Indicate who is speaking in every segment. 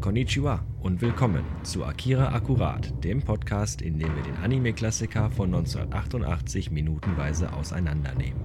Speaker 1: Konnichiwa und willkommen zu Akira Akkurat, dem Podcast, in dem wir den Anime-Klassiker von 1988 minutenweise auseinandernehmen.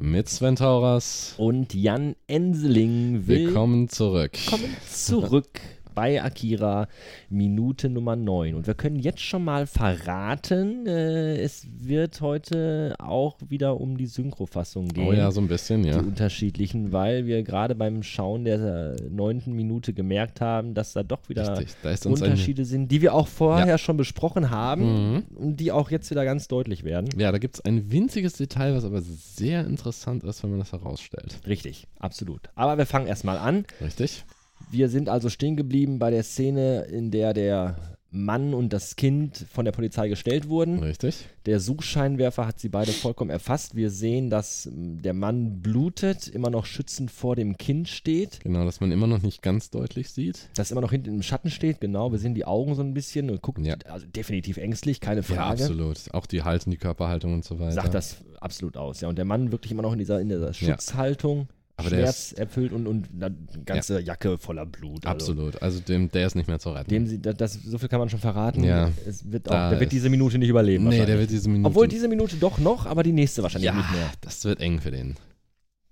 Speaker 2: Mit Sven Tauras.
Speaker 1: Und Jan Enseling
Speaker 2: Willkommen zurück.
Speaker 1: Willkommen zurück bei Akira, Minute Nummer 9. Und wir können jetzt schon mal verraten, äh, es wird heute auch wieder um die Synchrofassung gehen.
Speaker 2: Oh ja, so ein bisschen, ja.
Speaker 1: die unterschiedlichen, weil wir gerade beim Schauen der äh, neunten Minute gemerkt haben, dass da doch wieder
Speaker 2: Richtig, da ist uns ein-
Speaker 1: Unterschiede sind, die wir auch vorher
Speaker 2: Ja. Mhm.
Speaker 1: schon besprochen haben und die auch jetzt wieder ganz deutlich werden.
Speaker 2: Ja, da gibt es ein winziges Detail, was aber sehr interessant ist, wenn man das herausstellt.
Speaker 1: Richtig, absolut. Aber wir fangen erstmal an.
Speaker 2: Richtig?
Speaker 1: Wir sind also stehen geblieben bei der Szene, in der der Mann und das Kind von der Polizei gestellt wurden.
Speaker 2: Richtig?
Speaker 1: Der Suchscheinwerfer hat sie beide vollkommen erfasst. Wir sehen, dass ähm, der Mann blutet, immer noch schützend vor dem Kind steht.
Speaker 2: Genau, dass man immer noch nicht ganz deutlich sieht.
Speaker 1: das immer noch hinten im Schatten steht, genau. Wir sehen die Augen so ein bisschen und gucken
Speaker 2: Ja.
Speaker 1: also definitiv ängstlich, keine
Speaker 2: Ja,
Speaker 1: Frage.
Speaker 2: absolut. Auch die Haltung, die Körperhaltung und so weiter.
Speaker 1: Sagt das absolut aus, ja. Und der Mann wirklich immer noch in dieser, in dieser Schutzhaltung,
Speaker 2: Aber der
Speaker 1: Schmerz erfüllt und, und eine ganze Jacke voller Blut. Also,
Speaker 2: Absolut. Also dem, der ist nicht mehr zu retten.
Speaker 1: Dem sie, das, das, so viel kann man schon verraten.
Speaker 2: Ja.
Speaker 1: Es wird
Speaker 2: Da
Speaker 1: auch, der wird
Speaker 2: ist-
Speaker 1: diese Minute nicht überleben.
Speaker 2: nee, der
Speaker 1: wahrscheinlich.
Speaker 2: wird diese Minute.
Speaker 1: Obwohl diese Minute doch noch, aber die nächste wahrscheinlich
Speaker 2: ja,
Speaker 1: nicht mehr.
Speaker 2: das wird eng für den.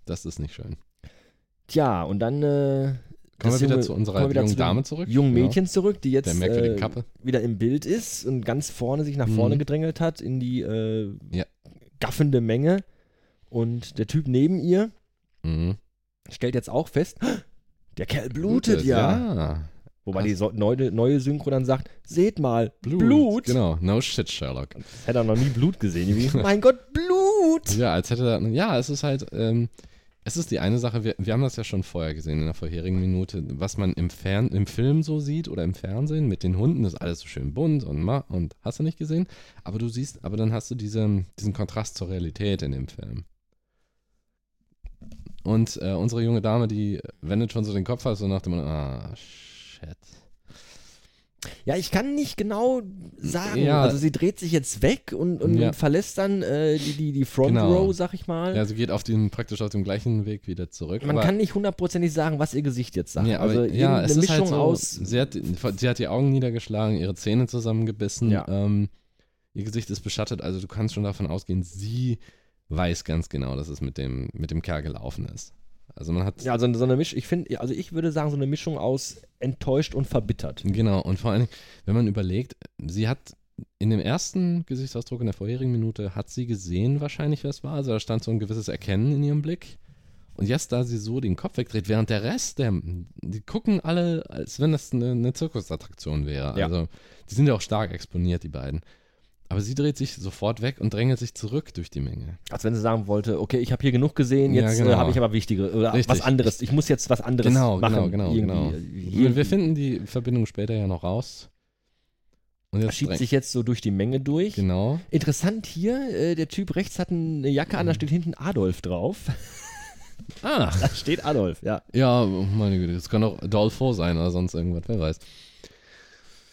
Speaker 2: Das ist nicht schön.
Speaker 1: Tja, und dann. Äh,
Speaker 2: Kommen
Speaker 1: das
Speaker 2: wir wieder
Speaker 1: junge-
Speaker 2: zu
Speaker 1: kommen
Speaker 2: unserer
Speaker 1: wir wieder
Speaker 2: jungen
Speaker 1: zu dem
Speaker 2: Dame zurück.
Speaker 1: Jungen
Speaker 2: Genau.
Speaker 1: Mädchen zurück, die jetzt
Speaker 2: Der merkwürdigen
Speaker 1: äh,
Speaker 2: Kappe.
Speaker 1: wieder im Bild ist und ganz vorne sich nach vorne
Speaker 2: Mhm.
Speaker 1: gedrängelt hat in die äh,
Speaker 2: Ja.
Speaker 1: gaffende Menge. Und der Typ neben ihr
Speaker 2: Mhm.
Speaker 1: stellt jetzt auch fest, der Kerl blutet, ja.
Speaker 2: ja.
Speaker 1: Wobei die so, neue, neue Synchro dann sagt, seht mal, Blut.
Speaker 2: Genau, no shit, Sherlock.
Speaker 1: Das hätte er noch nie Blut gesehen. Wie, mein Gott, Blut!
Speaker 2: Ja, als hätte er, ja, es ist halt, ähm, es ist die eine Sache, wir, wir haben das ja schon vorher gesehen in der vorherigen Minute, was man im, Fern, im Film so sieht oder im Fernsehen mit den Hunden, ist alles so schön bunt und ma und hast du nicht gesehen, aber du siehst, aber dann hast du diese, diesen Kontrast zur Realität in dem Film. Und äh, unsere junge Dame, die wendet schon so den Kopf ab, so nach dem, ah, shit.
Speaker 1: Ja, ich kann nicht genau sagen.
Speaker 2: Ja.
Speaker 1: Also sie dreht sich jetzt weg und, und
Speaker 2: Ja.
Speaker 1: verlässt dann äh, die, die, die Front
Speaker 2: Genau.
Speaker 1: Row, sag ich mal.
Speaker 2: Ja, sie geht auf den, praktisch auf dem gleichen Weg wieder zurück.
Speaker 1: Man
Speaker 2: aber-
Speaker 1: kann nicht hundertprozentig sagen, was ihr Gesicht jetzt sagt.
Speaker 2: Ja, aber,
Speaker 1: also
Speaker 2: ja,
Speaker 1: irgendeine
Speaker 2: es ist
Speaker 1: Mischung
Speaker 2: halt so,
Speaker 1: aus
Speaker 2: Sie hat, sie hat die Augen niedergeschlagen, ihre Zähne zusammengebissen.
Speaker 1: Ja.
Speaker 2: Ähm, ihr Gesicht ist beschattet, also du kannst schon davon ausgehen, sie weiß ganz genau, dass es mit dem, mit dem Kerl gelaufen ist. Also man hat.
Speaker 1: Ja, also so eine Mischung, ich finde, also ich würde sagen, so eine Mischung aus enttäuscht und verbittert.
Speaker 2: Genau, und vor allen Dingen, wenn man überlegt, sie hat in dem ersten Gesichtsausdruck in der vorherigen Minute, hat sie gesehen wahrscheinlich, wer es war. Also da stand so ein gewisses Erkennen in ihrem Blick. Und jetzt, da sie so den Kopf wegdreht, während der Rest, der, die gucken alle, als wenn das eine, eine Zirkusattraktion wäre.
Speaker 1: Ja.
Speaker 2: Also die sind ja auch stark exponiert, die beiden. Aber sie dreht sich sofort weg und drängelt sich zurück durch die Menge.
Speaker 1: Als wenn sie sagen wollte, okay, ich habe hier genug gesehen,
Speaker 2: Ja,
Speaker 1: jetzt äh,
Speaker 2: genau.
Speaker 1: habe ich aber wichtigere oder
Speaker 2: Richtig.
Speaker 1: was anderes. Ich muss jetzt was anderes
Speaker 2: Genau,
Speaker 1: machen.
Speaker 2: genau, genau, genau.
Speaker 1: irgendwie. äh,
Speaker 2: Wir, wir finden die Verbindung später ja noch raus. Und
Speaker 1: Er
Speaker 2: jetzt
Speaker 1: schiebt
Speaker 2: dräng-
Speaker 1: sich jetzt so durch die Menge durch.
Speaker 2: Genau.
Speaker 1: Interessant hier, äh, der Typ rechts hat eine Jacke an, da steht hinten Adolf drauf.
Speaker 2: Ach,
Speaker 1: Da steht Adolf, ja.
Speaker 2: Ja, meine Güte, das kann auch Dolfo sein oder sonst irgendwas, wer weiß.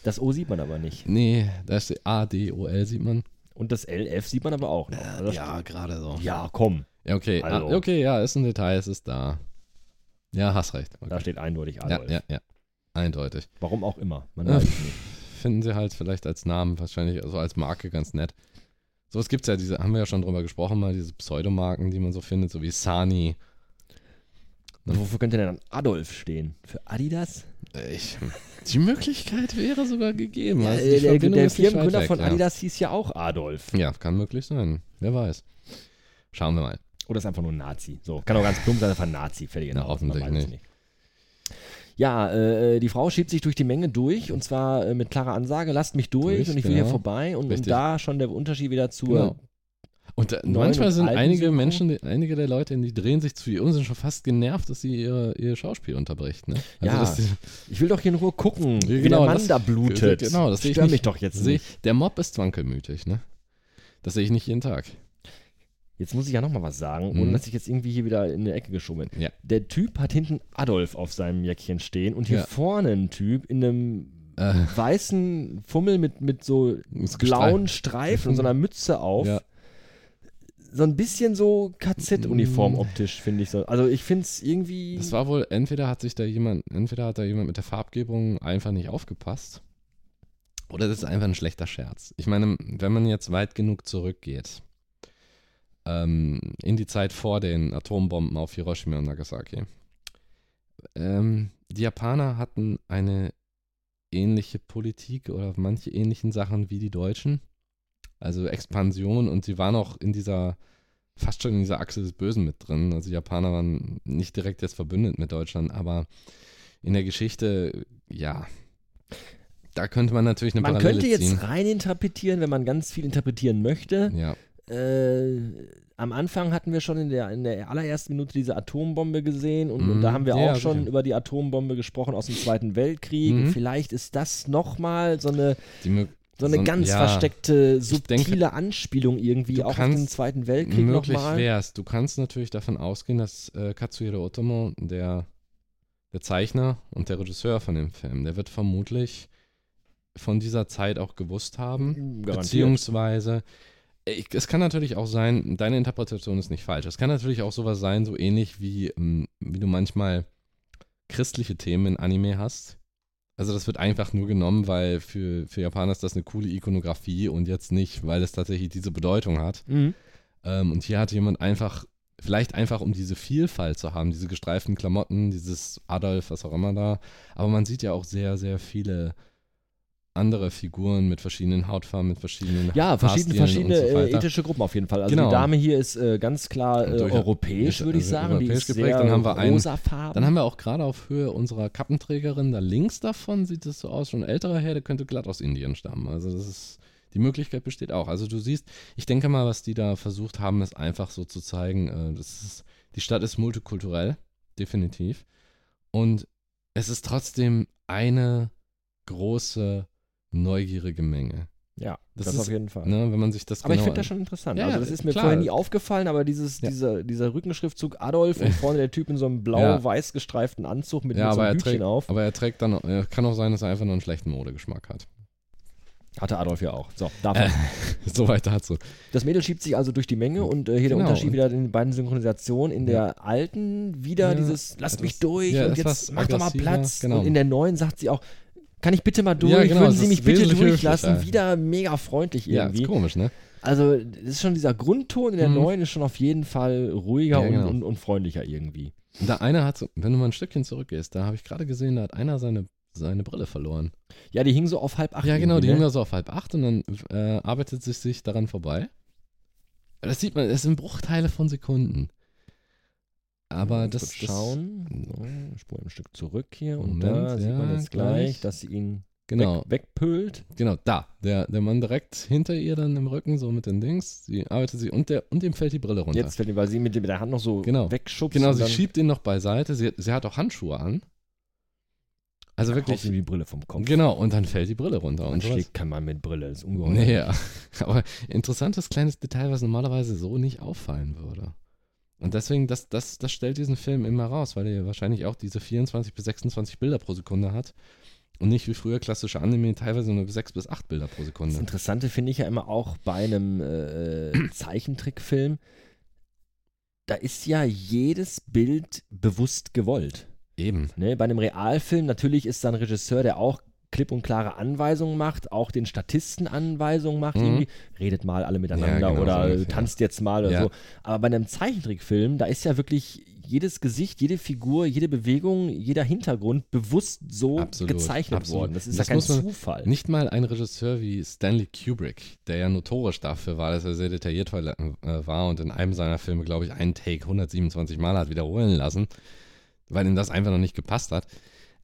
Speaker 1: Das O sieht man aber nicht.
Speaker 2: Nee, da steht A, D, O, L sieht man.
Speaker 1: Und das LF sieht man aber auch noch. Also das-
Speaker 2: gerade so.
Speaker 1: ja, komm,
Speaker 2: Ja, okay.
Speaker 1: Hallo.
Speaker 2: Ah, okay, ja, ist ein Detail, es ist da. Ja, hast recht.
Speaker 1: da
Speaker 2: Okay.
Speaker 1: steht eindeutig
Speaker 2: Ja,
Speaker 1: Adolf.
Speaker 2: ja, ja. Eindeutig.
Speaker 1: Warum auch immer, man
Speaker 2: Ja.
Speaker 1: weiß es nicht.
Speaker 2: Finden sie halt vielleicht als Namen, wahrscheinlich, also als Marke ganz nett. Sowas gibt's ja, diese, haben wir ja schon drüber gesprochen, mal diese Pseudomarken, die man so findet, so wie Sani.
Speaker 1: Wofür könnte denn dann Adolf stehen? Für Adidas?
Speaker 2: Ich, die Möglichkeit wäre sogar gegeben.
Speaker 1: Ja,
Speaker 2: also die
Speaker 1: äh, der,
Speaker 2: Verbindung
Speaker 1: der
Speaker 2: ist nicht weit
Speaker 1: Firmengründer
Speaker 2: weg,
Speaker 1: von
Speaker 2: ja.
Speaker 1: Adidas hieß ja auch Adolf.
Speaker 2: Ja, kann möglich sein. Wer weiß. Schauen wir mal.
Speaker 1: Oder ist einfach nur ein Nazi. So, kann auch ganz plump sein, einfach ein Nazi. Fertig.
Speaker 2: Na,
Speaker 1: aus, man
Speaker 2: hoffentlich
Speaker 1: weiß es
Speaker 2: nicht.
Speaker 1: Ja, äh, die Frau schiebt sich durch die Menge durch und zwar äh, mit klarer Ansage, lasst mich durch,
Speaker 2: Durch,
Speaker 1: und ich will
Speaker 2: genau.
Speaker 1: hier vorbei. Und, und
Speaker 2: Richtig.
Speaker 1: da schon der Unterschied wieder zur
Speaker 2: Genau. Und da,
Speaker 1: Neuen
Speaker 2: manchmal
Speaker 1: und
Speaker 2: sind
Speaker 1: alten
Speaker 2: einige
Speaker 1: Synchro.
Speaker 2: Menschen, die, einige der Leute, die drehen sich zu ihr um, sind schon fast genervt, dass sie ihre, ihr Schauspiel unterbricht. Ne?
Speaker 1: Ja,
Speaker 2: dass die,
Speaker 1: Ich will doch hier in Ruhe gucken, wie
Speaker 2: genau,
Speaker 1: der Mann
Speaker 2: das-
Speaker 1: da blutet.
Speaker 2: genau, das sehe ich
Speaker 1: Stör mich
Speaker 2: nicht.
Speaker 1: doch jetzt
Speaker 2: sehe
Speaker 1: nicht.
Speaker 2: ich, der Mob ist wankelmütig, ne? Das sehe ich nicht jeden Tag.
Speaker 1: Jetzt muss ich ja nochmal was sagen, ohne
Speaker 2: Mhm.
Speaker 1: dass ich jetzt irgendwie hier wieder in eine Ecke geschoben bin.
Speaker 2: Ja.
Speaker 1: Der Typ hat hinten Adolf auf seinem Jäckchen stehen und hier
Speaker 2: Ja.
Speaker 1: vorne ein Typ in einem
Speaker 2: Äh,
Speaker 1: weißen Fummel mit, mit so
Speaker 2: ist
Speaker 1: blauen Streifen und so einer Mütze auf.
Speaker 2: Ja.
Speaker 1: so ein bisschen so KZ-Uniform optisch, finde ich so. Also ich finde es irgendwie.
Speaker 2: Mm. Das war wohl, entweder hat sich da jemand, entweder hat da jemand mit der Farbgebung einfach nicht aufgepasst. Oder das ist einfach ein schlechter Scherz. Ich meine, wenn man jetzt weit genug zurückgeht, ähm, in die Zeit vor den Atombomben auf Hiroshima und Nagasaki, ähm, die Japaner hatten eine ähnliche Politik oder manche ähnlichen Sachen wie die Deutschen. Also Expansion und sie waren auch in dieser, fast schon in dieser Achse des Bösen mit drin. Also die Japaner waren nicht direkt jetzt verbündet mit Deutschland, aber in der Geschichte, ja. Da könnte man natürlich eine
Speaker 1: Man
Speaker 2: Parallele
Speaker 1: könnte jetzt
Speaker 2: ziehen.
Speaker 1: rein interpretieren, wenn man ganz viel interpretieren möchte.
Speaker 2: Ja,
Speaker 1: äh, am Anfang hatten wir schon in der, in der allerersten Minute diese Atombombe gesehen und, und da
Speaker 2: Mhm.
Speaker 1: haben wir
Speaker 2: Ja,
Speaker 1: auch schon
Speaker 2: sicher.
Speaker 1: über die Atombombe gesprochen aus dem Zweiten Weltkrieg.
Speaker 2: Mhm.
Speaker 1: Vielleicht ist das nochmal so eine,
Speaker 2: die mö-
Speaker 1: so eine
Speaker 2: So ein-
Speaker 1: ganz
Speaker 2: ja.
Speaker 1: versteckte,
Speaker 2: denke,
Speaker 1: subtile Anspielung irgendwie
Speaker 2: du
Speaker 1: auch auf
Speaker 2: kannst-
Speaker 1: den Zweiten Weltkrieg
Speaker 2: möglich
Speaker 1: nochmal.
Speaker 2: wär's. Du kannst natürlich davon ausgehen, dass äh, Katsuhiro Otomo, der, der Zeichner und der Regisseur von dem Film, der wird vermutlich von dieser Zeit auch gewusst haben.
Speaker 1: Uh, Beziehungs
Speaker 2: Beziehungsweise, äh, ich, es kann natürlich auch sein, deine Interpretation ist nicht falsch. Es kann natürlich auch sowas sein, so ähnlich wie, ähm, wie du manchmal christliche Themen in Anime hast. Also das wird einfach nur genommen, weil für, für Japaner ist das eine coole Ikonografie und jetzt nicht, weil es tatsächlich diese Bedeutung hat.
Speaker 1: mhm.
Speaker 2: Ähm, und hier hat jemand einfach, vielleicht einfach um diese Vielfalt zu haben, diese gestreiften Klamotten, dieses Adolf, was auch immer da. Aber man sieht ja auch sehr, sehr viele andere Figuren mit verschiedenen Hautfarben, mit verschiedenen
Speaker 1: Ja, verschiedene,
Speaker 2: Haarstilen
Speaker 1: verschiedene
Speaker 2: und so
Speaker 1: äh,
Speaker 2: weiter.
Speaker 1: ethische Gruppen auf jeden Fall. Also
Speaker 2: Genau.
Speaker 1: die Dame hier ist äh, ganz klar äh,
Speaker 2: Durch-
Speaker 1: europäisch,
Speaker 2: ist,
Speaker 1: würde ich
Speaker 2: äh,
Speaker 1: sagen. Die
Speaker 2: europäisch
Speaker 1: ist
Speaker 2: geprägt.
Speaker 1: sehr
Speaker 2: Dann haben wir einen-
Speaker 1: rosafarben.
Speaker 2: Dann haben wir auch gerade auf Höhe unserer Kappenträgerin, da links davon sieht es so aus, schon ein älterer Herr, der könnte glatt aus Indien stammen. Also das ist, die Möglichkeit besteht auch. Also du siehst, ich denke mal, was die da versucht haben, ist einfach so zu zeigen, äh, das ist, die Stadt ist multikulturell, definitiv. Und es ist trotzdem eine große, neugierige Menge.
Speaker 1: ja, das,
Speaker 2: das
Speaker 1: ist
Speaker 2: ist-
Speaker 1: auf jeden Fall.
Speaker 2: Ne, wenn man sich das
Speaker 1: Aber ich
Speaker 2: genau
Speaker 1: finde das schon interessant.
Speaker 2: Ja,
Speaker 1: also
Speaker 2: ja,
Speaker 1: das ist mir
Speaker 2: klar.
Speaker 1: vorher nie aufgefallen, aber dieses,
Speaker 2: Ja.
Speaker 1: dieser, dieser Rückenschriftzug Adolf und vorne der Typ in so einem blau-weiß gestreiften Anzug mit,
Speaker 2: Ja,
Speaker 1: mit so
Speaker 2: aber
Speaker 1: einem
Speaker 2: er
Speaker 1: Hütchen
Speaker 2: trägt,
Speaker 1: auf.
Speaker 2: aber er trägt dann, äh, kann auch sein, dass er einfach nur einen schlechten Modegeschmack hat.
Speaker 1: Hatte Adolf ja auch. So, davon.
Speaker 2: Soweit dazu.
Speaker 1: Das Mädel schiebt sich also durch die Menge und äh, hier der
Speaker 2: Genau,
Speaker 1: Unterschied
Speaker 2: und-
Speaker 1: wieder in den beiden Synchronisationen. In der alten wieder
Speaker 2: Ja,
Speaker 1: dieses Lasst mich
Speaker 2: etwas-
Speaker 1: durch
Speaker 2: ja,
Speaker 1: und jetzt
Speaker 2: etwas
Speaker 1: mach doch mal
Speaker 2: aggressiver,
Speaker 1: Platz.
Speaker 2: genau.
Speaker 1: Und in der neuen sagt sie auch kann ich bitte mal durch?
Speaker 2: Ja, genau,
Speaker 1: Würden
Speaker 2: es
Speaker 1: Sie
Speaker 2: ist
Speaker 1: mich bitte
Speaker 2: wesentlich
Speaker 1: durchlassen?
Speaker 2: höflicher.
Speaker 1: Wieder mega freundlich
Speaker 2: Ja, ist
Speaker 1: irgendwie.
Speaker 2: komisch, ne?
Speaker 1: also, das ist schon dieser Grundton in der
Speaker 2: Mhm.
Speaker 1: neuen, ist schon auf jeden Fall ruhiger
Speaker 2: Ja, genau.
Speaker 1: und, und, und freundlicher irgendwie.
Speaker 2: Da einer hat, so, wenn du mal ein Stückchen zurückgehst, da habe ich gerade gesehen, da hat einer seine, seine Brille verloren.
Speaker 1: Ja, die hing so auf halb acht.
Speaker 2: ja, genau,
Speaker 1: irgendwie,
Speaker 2: die hing
Speaker 1: ne?
Speaker 2: da so auf halb acht und dann äh, arbeitet sich, sich daran vorbei. Das sieht man, das sind Bruchteile von Sekunden. Aber
Speaker 1: Kurz
Speaker 2: das,
Speaker 1: kurz
Speaker 2: das
Speaker 1: Hm, schauen. So, spul ein Stück zurück hier und
Speaker 2: Moment,
Speaker 1: da sieht man
Speaker 2: ja,
Speaker 1: jetzt gleich,
Speaker 2: gleich.
Speaker 1: dass sie ihn
Speaker 2: genau,
Speaker 1: weg, wegpölt.
Speaker 2: genau, da. Der, der Mann direkt hinter ihr dann im Rücken, so mit den Dings. Sie arbeitet sie und, der, und dem fällt die Brille runter.
Speaker 1: Jetzt fällt ihm, weil sie mit, mit der Hand noch so
Speaker 2: Genau.
Speaker 1: wegschubst.
Speaker 2: genau,
Speaker 1: und
Speaker 2: sie
Speaker 1: dann
Speaker 2: schiebt ihn noch beiseite. Sie, sie hat auch Handschuhe an. Also
Speaker 1: haut
Speaker 2: wirklich.
Speaker 1: ihm die Brille vom Kopf.
Speaker 2: Genau, und dann fällt die Brille runter.
Speaker 1: Man
Speaker 2: und sowas.
Speaker 1: schlägt kein Mann mit Brille, das ist ungeheuer.
Speaker 2: Naja, aber interessantes kleines Detail, was normalerweise so nicht auffallen würde. Und deswegen, das, das, das stellt diesen Film immer raus, weil er wahrscheinlich auch diese 24 bis 26 Bilder pro Sekunde hat. Und nicht wie früher klassische Anime, teilweise nur 6 bis 8 Bilder pro
Speaker 1: Das
Speaker 2: Sekunde.
Speaker 1: Interessante finde ich ja immer auch bei einem äh, Zeichentrickfilm, da ist ja jedes Bild bewusst gewollt.
Speaker 2: Eben.
Speaker 1: Ne? Bei einem Realfilm natürlich ist da ein Regisseur, der auch klipp und klare Anweisungen macht, auch den Statisten Anweisungen macht,
Speaker 2: Mhm.
Speaker 1: irgendwie, redet mal alle miteinander
Speaker 2: Ja, genau, so
Speaker 1: oder
Speaker 2: ungefähr.
Speaker 1: tanzt jetzt mal oder
Speaker 2: Ja.
Speaker 1: so. Aber bei einem Zeichentrickfilm, da ist ja wirklich jedes Gesicht, jede Figur, jede Bewegung, jeder Hintergrund bewusst so
Speaker 2: Absolut,
Speaker 1: gezeichnet
Speaker 2: absolut.
Speaker 1: worden. Das ist
Speaker 2: Das
Speaker 1: ja kein
Speaker 2: muss man
Speaker 1: Zufall.
Speaker 2: Nicht mal ein Regisseur wie Stanley Kubrick, der ja notorisch dafür war, dass er sehr detailliert war- äh, war und in einem seiner Filme, glaube ich, einen Take 127 Mal hat wiederholen lassen, weil ihm das einfach noch nicht gepasst hat.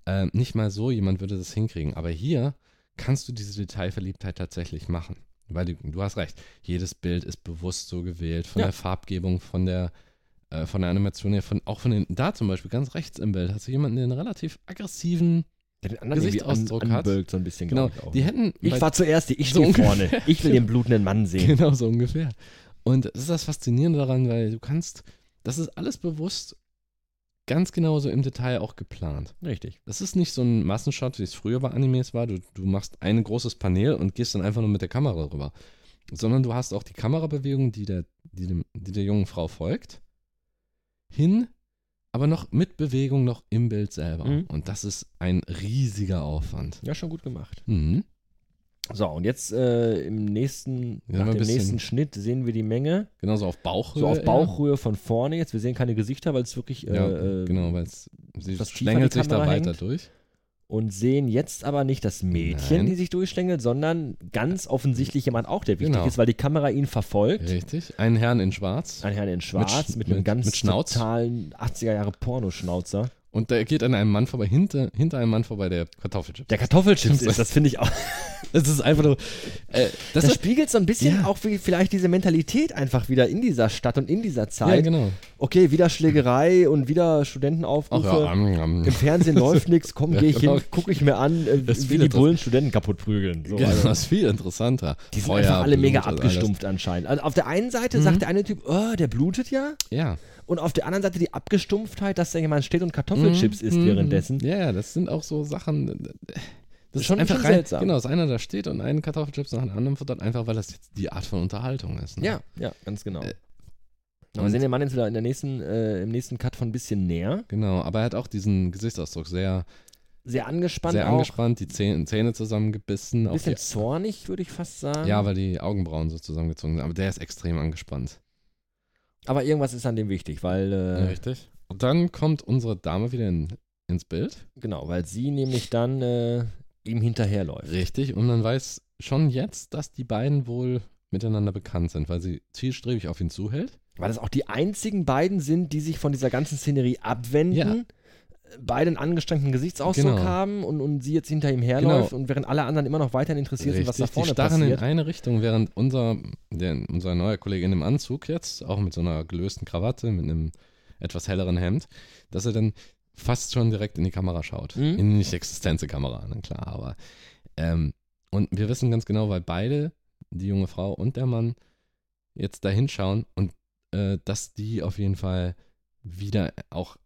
Speaker 2: Ähm, nicht mal so jemand würde das hinkriegen. Aber hier kannst du diese Detailverliebtheit tatsächlich machen. Weil du, du hast recht, jedes Bild ist bewusst so gewählt, von
Speaker 1: Ja.
Speaker 2: der Farbgebung, von der, äh, von der Animation her, von, auch von den, da zum Beispiel, ganz rechts im Bild, hast du jemanden, der einen relativ aggressiven,
Speaker 1: Der den anderen irgendwie
Speaker 2: Gesichtsausdruck
Speaker 1: an,
Speaker 2: hat.
Speaker 1: anbölkt so ein bisschen,
Speaker 2: genau,
Speaker 1: glaub ich auch.
Speaker 2: die hätten, bei-
Speaker 1: ich war zuerst, die- ich
Speaker 2: So
Speaker 1: stehe
Speaker 2: ungefähr.
Speaker 1: vorne. Ich will den blutenden Mann sehen.
Speaker 2: Genau, so ungefähr. Und das ist das Faszinierende daran, weil du kannst, das ist alles bewusst ganz genauso im Detail auch geplant.
Speaker 1: Richtig.
Speaker 2: Das ist nicht so ein Massenshot, wie es früher bei Animes war. Du, du machst ein großes Panel und gehst dann einfach nur mit der Kamera rüber. sondern du hast auch die Kamerabewegung, die der, die, dem, die der jungen Frau folgt, hin, aber noch mit Bewegung noch im Bild selber.
Speaker 1: Mhm.
Speaker 2: Und das ist ein riesiger Aufwand.
Speaker 1: Ja, schon gut gemacht.
Speaker 2: Mhm.
Speaker 1: So, und jetzt äh, im nächsten,
Speaker 2: Ja, mal
Speaker 1: nach
Speaker 2: ein
Speaker 1: dem
Speaker 2: bisschen-
Speaker 1: nächsten Schnitt sehen wir die Menge.
Speaker 2: Genauso auf Bauchhöhe.
Speaker 1: So auf
Speaker 2: eher.
Speaker 1: Bauchhöhe von vorne jetzt. Wir sehen keine Gesichter, weil es wirklich. Äh,
Speaker 2: Ja,
Speaker 1: äh,
Speaker 2: genau, weil es sie
Speaker 1: etwas tiefer
Speaker 2: schlängelt
Speaker 1: die
Speaker 2: sich da
Speaker 1: Kamera
Speaker 2: weiter
Speaker 1: hängt.
Speaker 2: durch.
Speaker 1: Und sehen jetzt aber nicht das Mädchen,
Speaker 2: Nein.
Speaker 1: die sich durchschlängelt, sondern ganz offensichtlich jemand auch, der wichtig
Speaker 2: Genau.
Speaker 1: ist, weil die Kamera ihn verfolgt.
Speaker 2: Richtig. Einen Herrn in Schwarz.
Speaker 1: Ein Herr in Schwarz
Speaker 2: Sch-
Speaker 1: mit, einem
Speaker 2: mit-
Speaker 1: ganz
Speaker 2: mit Schnauz?
Speaker 1: totalen 80er Jahre Pornoschnauzer.
Speaker 2: Und der geht an einem Mann vorbei, hinter, hinter einem Mann vorbei, der Kartoffelchips.
Speaker 1: Der Kartoffelchips ist, das finde ich auch.
Speaker 2: Es ist einfach nur. Äh,
Speaker 1: Das,
Speaker 2: das ist,
Speaker 1: spiegelt so ein bisschen
Speaker 2: Ja.
Speaker 1: auch wie vielleicht diese Mentalität einfach wieder in dieser Stadt und in dieser Zeit.
Speaker 2: ja, genau.
Speaker 1: Okay, wieder Schlägerei und wieder
Speaker 2: Ach
Speaker 1: Studentenaufrufe.
Speaker 2: ja, am, am.
Speaker 1: Im Fernsehen läuft nichts, komm,
Speaker 2: Ja,
Speaker 1: gehe ich
Speaker 2: genau.
Speaker 1: hin, gucke ich mir an, äh,
Speaker 2: Das ist
Speaker 1: wie
Speaker 2: viel
Speaker 1: die Bullen Studenten kaputt prügeln. So,
Speaker 2: Genau,
Speaker 1: also.
Speaker 2: das ist viel interessanter.
Speaker 1: Die sind
Speaker 2: Feuer,
Speaker 1: einfach alle
Speaker 2: Blut
Speaker 1: mega
Speaker 2: und alles. Mhm.
Speaker 1: abgestumpft anscheinend. Also auf der einen Seite sagt der eine Typ, oh, der blutet ja.
Speaker 2: Ja.
Speaker 1: Und auf der anderen Seite die Abgestumpftheit, dass da jemand steht und
Speaker 2: Mhm.
Speaker 1: Kartoffelchips isst währenddessen.
Speaker 2: Ja, ja, das sind auch so Sachen. äh, Das ist
Speaker 1: Schon-
Speaker 2: einfach
Speaker 1: schon
Speaker 2: rein,
Speaker 1: seltsam.
Speaker 2: Genau, dass einer da steht und einen Kartoffelchips nach dem anderen futtert, einfach weil das jetzt die Art von Unterhaltung ist. Ne?
Speaker 1: Ja, ja, ganz genau.
Speaker 2: Äh,
Speaker 1: Aber wir sehen den Mann jetzt wieder in der nächsten, äh, im nächsten Cut von ein bisschen näher.
Speaker 2: Genau, aber er hat auch diesen Gesichtsausdruck sehr,
Speaker 1: Sehr angespannt
Speaker 2: sehr
Speaker 1: auch.
Speaker 2: angespannt, die Zähne, Zähne zusammengebissen.
Speaker 1: Ein
Speaker 2: Auf
Speaker 1: bisschen
Speaker 2: die,
Speaker 1: zornig, würde ich fast sagen.
Speaker 2: ja, weil die Augenbrauen so zusammengezogen sind. Aber der ist extrem angespannt.
Speaker 1: Aber irgendwas ist an dem wichtig, weil, äh,
Speaker 2: richtig. Und dann kommt unsere Dame wieder in, ins Bild.
Speaker 1: genau, weil sie nämlich dann äh, ihm hinterherläuft.
Speaker 2: Richtig. Und man weiß schon jetzt, dass die beiden wohl miteinander bekannt sind, weil sie zielstrebig auf ihn zuhält.
Speaker 1: Weil das auch die einzigen beiden sind, die sich von dieser ganzen Szenerie abwenden. äh,
Speaker 2: Ja.
Speaker 1: Beide einen angestrengten Gesichtsausdruck
Speaker 2: Genau.
Speaker 1: haben und, und sie jetzt hinter ihm herläuft und während alle anderen immer noch weiterhin interessiert sind, was da
Speaker 2: die
Speaker 1: vorne
Speaker 2: starren in
Speaker 1: passiert.
Speaker 2: eine Richtung, während unser, der, unser neuer Kollege in dem Anzug jetzt, auch mit so einer gelösten Krawatte, mit einem etwas helleren Hemd, dass er dann fast schon direkt in die Kamera schaut.
Speaker 1: Mhm.
Speaker 2: In die nicht existente Kamera, na klar, aber. Ähm, und wir wissen ganz genau, weil beide, die junge Frau und der Mann, jetzt da hinschauen und äh, dass die auf jeden Fall wieder auch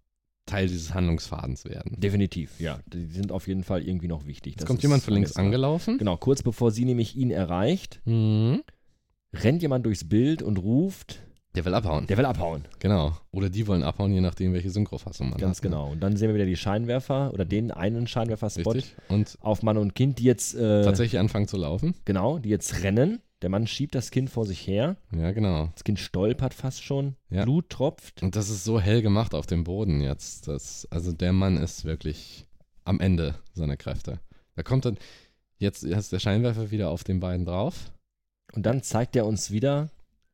Speaker 2: Teil dieses Handlungsfadens werden.
Speaker 1: Definitiv, ja. Die sind auf jeden Fall irgendwie noch wichtig.
Speaker 2: Jetzt
Speaker 1: Das
Speaker 2: kommt
Speaker 1: ist
Speaker 2: jemand von links
Speaker 1: alles klar.
Speaker 2: angelaufen.
Speaker 1: Genau, kurz bevor sie nämlich ihn erreicht,
Speaker 2: Mhm.
Speaker 1: rennt jemand durchs Bild und ruft,
Speaker 2: Der will abhauen.
Speaker 1: der will abhauen.
Speaker 2: Genau. Oder die wollen abhauen, je nachdem, welche Synchrofassung man
Speaker 1: Ganz
Speaker 2: hat. ne?
Speaker 1: genau. Und dann sehen wir wieder die Scheinwerfer oder den einen Scheinwerferspot
Speaker 2: Richtig. Und
Speaker 1: auf Mann und Kind, die jetzt, äh,
Speaker 2: tatsächlich anfangen zu laufen.
Speaker 1: genau, die jetzt rennen. Der Mann schiebt das Kind vor sich her.
Speaker 2: Ja, genau.
Speaker 1: Das Kind stolpert fast schon.
Speaker 2: Ja.
Speaker 1: Blut tropft.
Speaker 2: Und das ist so hell gemacht auf dem Boden jetzt. Das, also der Mann ist wirklich am Ende seiner Kräfte. Da kommt dann, jetzt ist der Scheinwerfer wieder auf den beiden drauf.
Speaker 1: Und dann zeigt er uns wieder,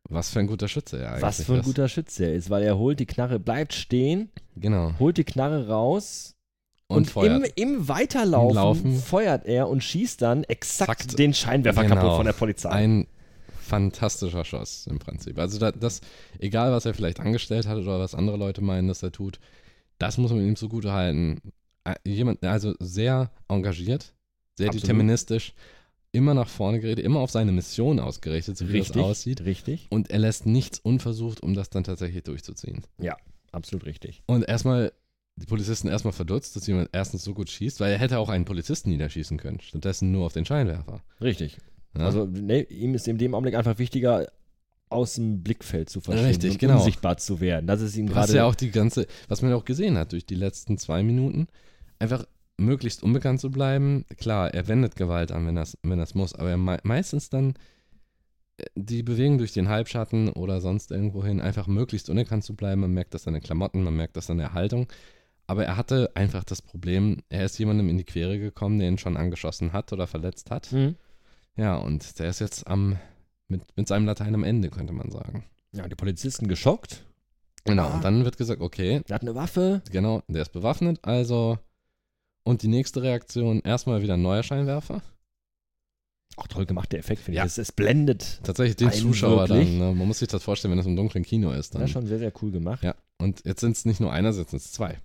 Speaker 2: Was für ein guter Schütze er eigentlich
Speaker 1: was für ein
Speaker 2: ist.
Speaker 1: guter Schütze er ist, weil er holt die Knarre, bleibt stehen,
Speaker 2: Genau.
Speaker 1: holt die Knarre raus im,
Speaker 2: Und, feuert.
Speaker 1: im Weiterlaufen
Speaker 2: Im Laufen.
Speaker 1: feuert er und schießt dann exakt
Speaker 2: Exakt.
Speaker 1: den Scheinwerfer
Speaker 2: Genau.
Speaker 1: kaputt von der Polizei.
Speaker 2: Ein fantastischer Schuss im Prinzip. Also da, das, egal was er vielleicht angestellt hat oder was andere Leute meinen, dass er tut, das muss man ihm zugute halten. Äh, Jemand, also sehr engagiert, sehr
Speaker 1: Absolut.
Speaker 2: deterministisch, immer nach vorne geredet, immer auf seine Mission ausgerichtet, so wie
Speaker 1: richtig,
Speaker 2: das aussieht.
Speaker 1: richtig.
Speaker 2: Und er lässt nichts unversucht, um das dann tatsächlich durchzuziehen.
Speaker 1: Absolut richtig.
Speaker 2: Und erstmal, die Polizisten erstmal verdutzt, dass jemand erstens so gut schießt, weil er hätte auch einen Polizisten niederschießen können, stattdessen nur auf den Scheinwerfer.
Speaker 1: Richtig.
Speaker 2: Ja?
Speaker 1: Also nee, ihm ist in dem Augenblick einfach wichtiger, aus dem Blickfeld zu verschwinden
Speaker 2: Richtig,
Speaker 1: und
Speaker 2: genau.
Speaker 1: unsichtbar zu werden. Das ist ihm
Speaker 2: Was
Speaker 1: gerade
Speaker 2: ja auch die ganze, was man ja auch gesehen hat durch die letzten zwei Minuten, einfach möglichst unbekannt zu bleiben. Klar, er wendet Gewalt an, wenn das, wenn das muss, aber er mei meistens dann äh, die Bewegung durch den Halbschatten oder sonst irgendwohin einfach möglichst unerkannt zu bleiben. Man merkt das an den Klamotten, man merkt das an der Haltung. Aber er hatte einfach das Problem, er ist jemandem in die Quere gekommen, der ihn schon angeschossen hat oder verletzt hat.
Speaker 1: Mhm.
Speaker 2: Ja, und der ist jetzt am, mit, mit seinem Latein am Ende, könnte man sagen.
Speaker 1: Ja, die Polizisten geschockt.
Speaker 2: Genau,
Speaker 1: Ah.
Speaker 2: und dann wird gesagt, okay,
Speaker 1: Der hat eine Waffe.
Speaker 2: Genau, der ist bewaffnet, also. Und die nächste Reaktion, erstmal wieder ein neuer Scheinwerfer.
Speaker 1: Auch toll gemacht, der Effekt, finde
Speaker 2: Ja.
Speaker 1: ich. Es, es blendet.
Speaker 2: Tatsächlich den
Speaker 1: Ein
Speaker 2: Zuschauer
Speaker 1: wirklich?
Speaker 2: dann. Ne? Man muss sich das vorstellen, wenn das im dunklen Kino ist. Dann.
Speaker 1: Das ist schon sehr, sehr cool gemacht.
Speaker 2: Ja, und jetzt sind es nicht nur einer, jetzt sind es zwei.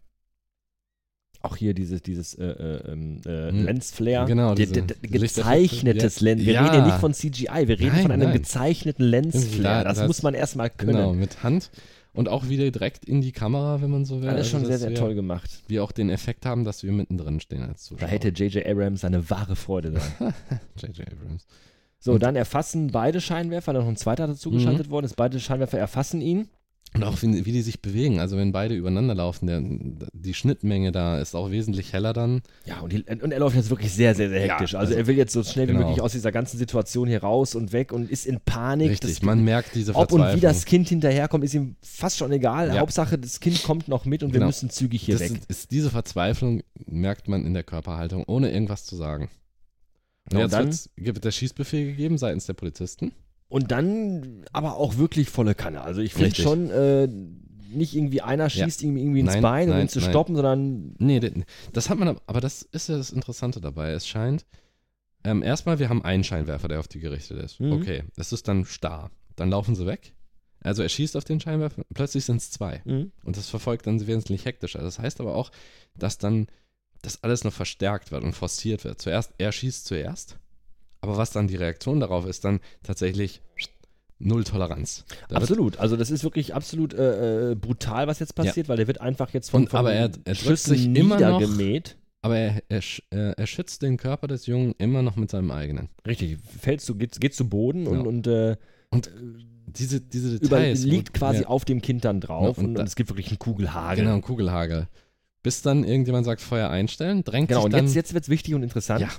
Speaker 1: Auch hier dieses, dieses äh, äh, ähm, äh,
Speaker 2: Mhm.
Speaker 1: Lensflare.
Speaker 2: Genau,
Speaker 1: Der-
Speaker 2: diese
Speaker 1: der- der
Speaker 2: Lichteffekte.
Speaker 1: gezeichnetes Lens. Wir
Speaker 2: Ja.
Speaker 1: reden hier nicht von CGI, wir reden
Speaker 2: Nein,
Speaker 1: von einem
Speaker 2: nein.
Speaker 1: gezeichneten Lensflare.
Speaker 2: Ja,
Speaker 1: Das,
Speaker 2: das-
Speaker 1: muss man erstmal können.
Speaker 2: Genau, mit Hand. Und auch wieder direkt in die Kamera, wenn man so will.
Speaker 1: Alles
Speaker 2: Also,
Speaker 1: schon sehr,
Speaker 2: dass
Speaker 1: sehr
Speaker 2: wir,
Speaker 1: toll gemacht.
Speaker 2: Wir auch den Effekt haben, dass wir
Speaker 1: Genau.
Speaker 2: mittendrin stehen als Zuschauer.
Speaker 1: Da hätte J.J. Abrams seine wahre Freude dran.
Speaker 2: J.J. Abrams.
Speaker 1: So, dann erfassen beide Scheinwerfer, dann noch ein zweiter dazugeschaltet worden ist. Beide Scheinwerfer erfassen ihn.
Speaker 2: Und auch wie, wie die sich bewegen. Also wenn beide übereinander laufen, der, die Schnittmenge da ist auch wesentlich heller dann.
Speaker 1: Ja, und, die, und er läuft jetzt wirklich sehr, sehr, sehr hektisch. also,
Speaker 2: also,
Speaker 1: er will jetzt so schnell wie
Speaker 2: genau.
Speaker 1: möglich aus dieser ganzen Situation hier raus und weg und ist in Panik.
Speaker 2: Richtig,
Speaker 1: Das-
Speaker 2: man merkt diese
Speaker 1: ob
Speaker 2: Verzweiflung.
Speaker 1: und wie das Kind hinterherkommt, ist ihm fast schon egal.
Speaker 2: Ja.
Speaker 1: Hauptsache, das Kind kommt noch mit und wir
Speaker 2: Genau.
Speaker 1: müssen zügig hier
Speaker 2: das
Speaker 1: weg.
Speaker 2: Ist, ist diese Verzweiflung merkt man in der Körperhaltung, ohne irgendwas zu sagen.
Speaker 1: Ja,
Speaker 2: Und
Speaker 1: und
Speaker 2: jetzt
Speaker 1: dann-
Speaker 2: wird's- wird der Schießbefehl gegeben seitens der Polizisten.
Speaker 1: Und dann aber auch wirklich volle Kanne. Also ich finde
Speaker 2: Richtig.
Speaker 1: schon, äh, nicht irgendwie einer schießt ihm irgendwie ins
Speaker 2: Nein,
Speaker 1: Bein, um
Speaker 2: nein,
Speaker 1: ihn zu
Speaker 2: nein.
Speaker 1: stoppen, sondern
Speaker 2: Nee, de- das hat man, ab- aber das ist ja das Interessante dabei. Es scheint, ähm, erstmal, wir haben einen Scheinwerfer, der auf die gerichtet ist.
Speaker 1: Mhm.
Speaker 2: Okay, das ist dann starr. Dann laufen sie weg. Also er schießt auf den Scheinwerfer, plötzlich sind es zwei.
Speaker 1: Mhm.
Speaker 2: Und das verfolgt dann wesentlich hektischer. Das heißt aber auch, dass dann das alles noch verstärkt wird und forciert wird. Zuerst, er schießt zuerst, aber was dann die Reaktion darauf ist, dann tatsächlich null Toleranz. Da wird-
Speaker 1: absolut. Also das ist wirklich absolut äh, äh, brutal, was jetzt passiert, weil der wird einfach jetzt von,
Speaker 2: Und
Speaker 1: von
Speaker 2: aber er- er drückt
Speaker 1: Schüssen
Speaker 2: sich immer noch-
Speaker 1: niedergemäht.
Speaker 2: Aber er, er, sch- äh, er schützt den Körper des Jungen immer noch mit seinem eigenen.
Speaker 1: Richtig, fällst du, geht, geht zu Boden und,
Speaker 2: Ja.
Speaker 1: und äh,
Speaker 2: Diese, diese
Speaker 1: über,
Speaker 2: Details. wo-
Speaker 1: liegt quasi
Speaker 2: ja,
Speaker 1: auf dem Kind dann drauf
Speaker 2: Ja, und
Speaker 1: und,
Speaker 2: da-
Speaker 1: und es gibt wirklich einen Kugelhagel.
Speaker 2: Genau, ein Kugelhagel. Bis dann irgendjemand sagt, Feuer einstellen, drängt
Speaker 1: Genau,
Speaker 2: sich
Speaker 1: und
Speaker 2: dann,
Speaker 1: jetzt, jetzt wird es wichtig und interessant,
Speaker 2: Ja.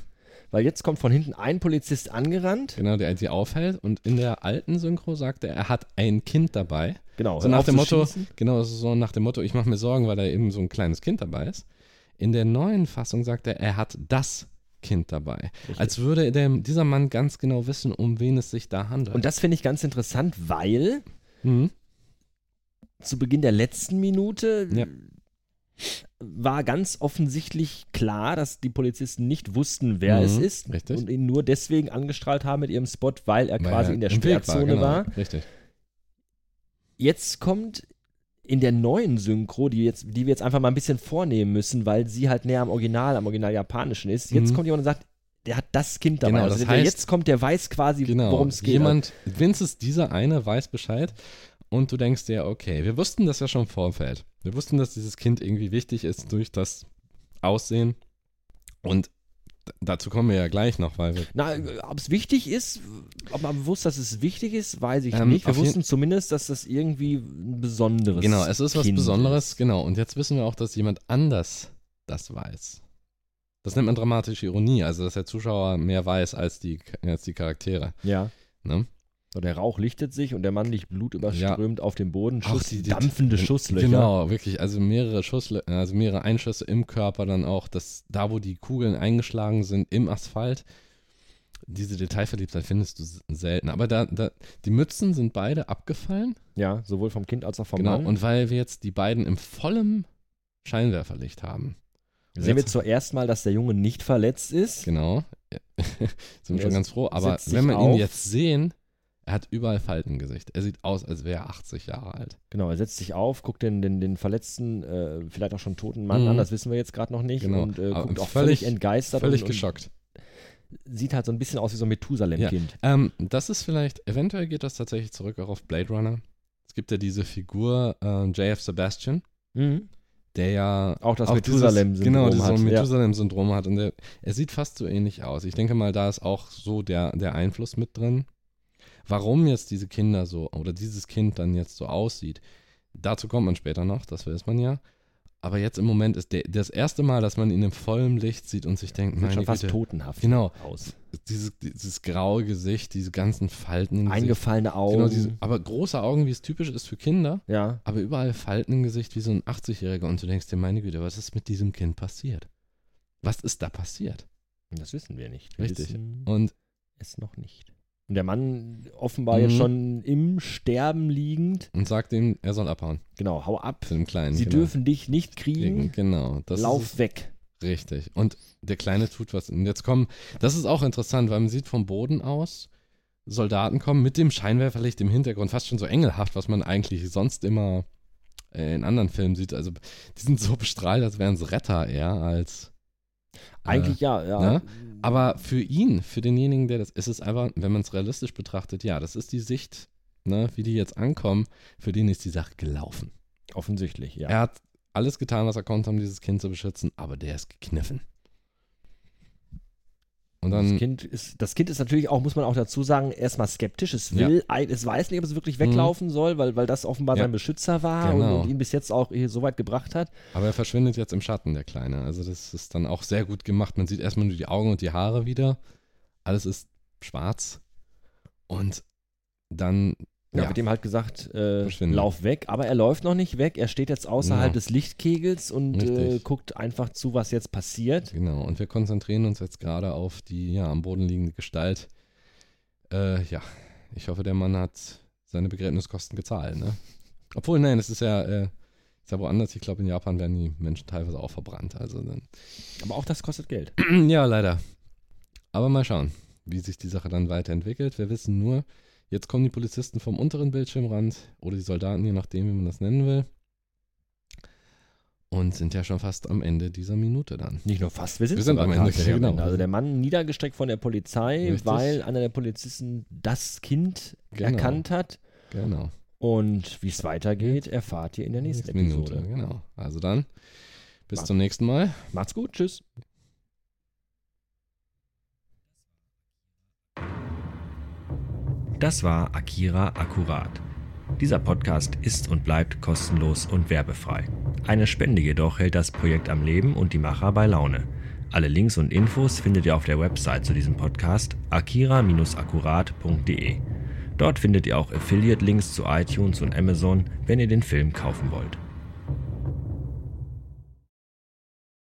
Speaker 1: weil jetzt kommt von hinten ein Polizist angerannt.
Speaker 2: genau, der sie aufhält. Und in der alten Synchro sagt er, er hat ein Kind dabei.
Speaker 1: Genau,
Speaker 2: So
Speaker 1: hör
Speaker 2: nach
Speaker 1: auf
Speaker 2: dem
Speaker 1: zu
Speaker 2: Motto,
Speaker 1: schießen.
Speaker 2: genau, das ist so nach dem Motto, ich mache mir Sorgen, weil da eben so ein kleines Kind dabei ist. In der neuen Fassung sagt er, er hat das Kind dabei. Als würde der, dieser Mann ganz genau wissen, um wen es sich da handelt.
Speaker 1: Und das finde ich ganz interessant, weil
Speaker 2: mhm.
Speaker 1: zu Beginn der letzten Minute
Speaker 2: Ja.
Speaker 1: war ganz offensichtlich klar, dass die Polizisten nicht wussten, wer
Speaker 2: Mhm,
Speaker 1: es ist
Speaker 2: richtig.
Speaker 1: und ihn nur deswegen angestrahlt haben mit ihrem Spot, weil er
Speaker 2: Weil
Speaker 1: quasi
Speaker 2: er
Speaker 1: in der
Speaker 2: im Weg
Speaker 1: Sperrzone
Speaker 2: genau,
Speaker 1: war.
Speaker 2: Richtig.
Speaker 1: Jetzt kommt in der neuen Synchro, die, jetzt, die wir jetzt einfach mal ein bisschen vornehmen müssen, weil sie halt näher am Original, am Original japanischen ist. Jetzt
Speaker 2: Mhm.
Speaker 1: kommt jemand und sagt, der hat das Kind dabei.
Speaker 2: Genau,
Speaker 1: also
Speaker 2: das
Speaker 1: der, der
Speaker 2: heißt-
Speaker 1: jetzt kommt, der weiß quasi,
Speaker 2: Genau.
Speaker 1: worum es geht. halt.
Speaker 2: Jemand, Vince ist dieser eine, weiß Bescheid. Und du denkst dir, okay, wir wussten das ja schon im Vorfeld. Wir wussten, dass dieses Kind irgendwie wichtig ist durch das Aussehen. Und d- dazu kommen wir ja gleich noch, weil wir
Speaker 1: Also, Na, ob es wichtig ist, ob man bewusst, dass es wichtig ist, weiß ich
Speaker 2: Ähm,
Speaker 1: nicht. Wir
Speaker 2: auf jeden-
Speaker 1: wussten zumindest, dass das irgendwie ein besonderes
Speaker 2: Genau, es ist was
Speaker 1: Kind
Speaker 2: Besonderes,
Speaker 1: ist.
Speaker 2: genau. Und jetzt wissen wir auch, dass jemand anders das weiß. Das nennt man dramatische Ironie, also dass der Zuschauer mehr weiß als die, als die Charaktere.
Speaker 1: Ja.
Speaker 2: Ne?
Speaker 1: So, der Rauch lichtet sich und der Mann liegt blutüberströmt auf dem Boden.
Speaker 2: Auch
Speaker 1: Schuss,
Speaker 2: die- die-
Speaker 1: dampfende Schusslöcher.
Speaker 2: Genau, wirklich. Also mehrere Schusslö also mehrere Einschüsse im Körper dann auch, dass da, wo die Kugeln eingeschlagen sind, im Asphalt. Diese Detailverliebtheit findest du s- selten. Aber da, da, die Mützen sind beide abgefallen.
Speaker 1: Ja, sowohl vom Kind als auch vom
Speaker 2: genau.
Speaker 1: Mann.
Speaker 2: Und weil wir jetzt die beiden im vollen Scheinwerferlicht haben.
Speaker 1: Sehen wir
Speaker 2: Jetzt-
Speaker 1: zuerst mal, dass der Junge nicht verletzt ist.
Speaker 2: Genau. Sind wir
Speaker 1: Er
Speaker 2: schon ganz froh. Aber
Speaker 1: setzt sich
Speaker 2: wenn man ihn
Speaker 1: auf.
Speaker 2: jetzt sehen, er hat überall Falten im Gesicht. Er sieht aus, als wäre er 80 Jahre alt.
Speaker 1: Genau, er setzt sich auf, guckt den, den, den verletzten, äh, vielleicht auch schon toten Mann
Speaker 2: Mhm.
Speaker 1: an, das wissen wir jetzt gerade noch nicht.
Speaker 2: Genau.
Speaker 1: Und äh,
Speaker 2: Aber
Speaker 1: guckt auch
Speaker 2: völlig-
Speaker 1: völlig, entgeistert
Speaker 2: Völlig
Speaker 1: und, und
Speaker 2: geschockt.
Speaker 1: sieht halt so ein bisschen aus wie so ein Methusalem-Kind.
Speaker 2: Ähm, das ist vielleicht, eventuell geht das tatsächlich zurück auch auf Blade Runner. Es gibt ja diese Figur ähm, JF Sebastian,
Speaker 1: Mhm.
Speaker 2: der ja
Speaker 1: Auch das
Speaker 2: auch
Speaker 1: Methusalem-Syndrom
Speaker 2: dieses, Genau, dieses
Speaker 1: hat. Ja.
Speaker 2: Methusalem-Syndrom hat. Und der, er sieht fast so ähnlich aus. Ich denke mal, da ist auch so der, der Einfluss mit drin. Warum jetzt diese Kinder so oder dieses Kind dann jetzt so aussieht, dazu kommt man später noch, das weiß man ja. Aber jetzt im Moment ist der, das erste Mal, dass man ihn im vollen Licht sieht und sich denkt,
Speaker 1: Sieht
Speaker 2: meine
Speaker 1: schon fast
Speaker 2: Güte,
Speaker 1: totenhaft
Speaker 2: Genau.
Speaker 1: aus.
Speaker 2: dieses, dieses graue Gesicht, diese ganzen Falten im Gesicht.
Speaker 1: Eingefallene Augen.
Speaker 2: Genau, diese, aber große Augen, wie es typisch ist für Kinder,
Speaker 1: ja,
Speaker 2: aber überall Falten im Gesicht wie so ein 80-Jähriger und du denkst dir, meine Güte, was ist mit diesem Kind passiert? Was ist da passiert?
Speaker 1: das wissen wir nicht. Wir
Speaker 2: Richtig.
Speaker 1: Wissen
Speaker 2: Und
Speaker 1: es noch nicht. Und der Mann offenbar
Speaker 2: Mhm.
Speaker 1: jetzt schon im Sterben liegend.
Speaker 2: und sagt ihm, er soll abhauen.
Speaker 1: Genau, hau ab.
Speaker 2: Zu dem Kleinen.
Speaker 1: Sie
Speaker 2: genau.
Speaker 1: dürfen dich nicht kriegen.
Speaker 2: Genau. Das
Speaker 1: Lauf
Speaker 2: Ist
Speaker 1: weg.
Speaker 2: es, richtig. Und der Kleine tut was. Und jetzt kommen, das ist auch interessant, weil man sieht vom Boden aus, Soldaten kommen mit dem Scheinwerferlicht im Hintergrund, fast schon so engelhaft, was man eigentlich sonst immer äh, in anderen Filmen sieht. Also die sind so bestrahlt, als wären es Retter eher als. äh,
Speaker 1: Eigentlich ja, ja.
Speaker 2: ne? Aber für ihn, für denjenigen, der das ist, es einfach, wenn man es realistisch betrachtet, ja, das ist die Sicht, ne, wie die jetzt ankommen, für den ist die Sache gelaufen.
Speaker 1: Offensichtlich, ja.
Speaker 2: Er hat alles getan, was er konnte, um dieses Kind zu beschützen, aber der ist gekniffen. Und
Speaker 1: Das
Speaker 2: dann,
Speaker 1: kind, ist, das kind ist natürlich auch, muss man auch dazu sagen, erstmal skeptisch. Es will, ein- es weiß nicht, ob es wirklich weglaufen soll, weil, weil das offenbar
Speaker 2: Mhm. Ja.
Speaker 1: sein Beschützer war
Speaker 2: Genau.
Speaker 1: und, und ihn bis jetzt auch eh so weit gebracht hat.
Speaker 2: aber er verschwindet jetzt im Schatten, der Kleine. Also das ist dann auch sehr gut gemacht. Man sieht erstmal nur die Augen und die Haare wieder. Alles ist schwarz. Und dann,
Speaker 1: Ja,
Speaker 2: ja,
Speaker 1: Mit dem halt gesagt, äh,
Speaker 2: Verschwinde.
Speaker 1: lauf weg. Aber er läuft noch nicht weg. Er steht jetzt außerhalb
Speaker 2: Ja.
Speaker 1: des Lichtkegels und äh,
Speaker 2: Richtig.
Speaker 1: guckt einfach zu, was jetzt passiert.
Speaker 2: genau. Und wir konzentrieren uns jetzt gerade auf die ja, am Boden liegende Gestalt. Äh, ja, ich hoffe, der Mann hat seine Begräbniskosten gezahlt, ne? Obwohl, nein, es ist ja, äh, ist ja woanders. Ich glaube, in Japan werden die Menschen teilweise auch verbrannt. Also dann
Speaker 1: Aber auch das kostet Geld.
Speaker 2: Ja, leider. Aber mal schauen, wie sich die Sache dann weiterentwickelt. Wir wissen nur, jetzt kommen die Polizisten vom unteren Bildschirmrand oder die Soldaten, je nachdem, wie man das nennen will. Und sind ja schon fast am Ende dieser Minute dann.
Speaker 1: Nicht nur fast, wir sind,
Speaker 2: Wir sind
Speaker 1: sogar
Speaker 2: am Ende,
Speaker 1: tatsächlich am
Speaker 2: genau.
Speaker 1: Ende. Also der Mann niedergestreckt von der Polizei,
Speaker 2: Richtig.
Speaker 1: weil einer der Polizisten das Kind
Speaker 2: Genau.
Speaker 1: erkannt hat.
Speaker 2: Genau.
Speaker 1: Und wie es weitergeht, erfahrt ihr in der nächsten
Speaker 2: Minute,
Speaker 1: Episode.
Speaker 2: genau. Also dann, bis
Speaker 1: Mach-
Speaker 2: zum nächsten Mal.
Speaker 1: Macht's gut, tschüss.
Speaker 3: Das war Akira Akkurat. Dieser Podcast ist und bleibt kostenlos und werbefrei. Eine Spende jedoch hält das Projekt am Leben und die Macher bei Laune. Alle Links und Infos findet ihr auf der Website zu diesem Podcast akira-akkurat.de. Dort findet ihr auch Affiliate-Links zu iTunes und Amazon, wenn ihr den Film kaufen wollt.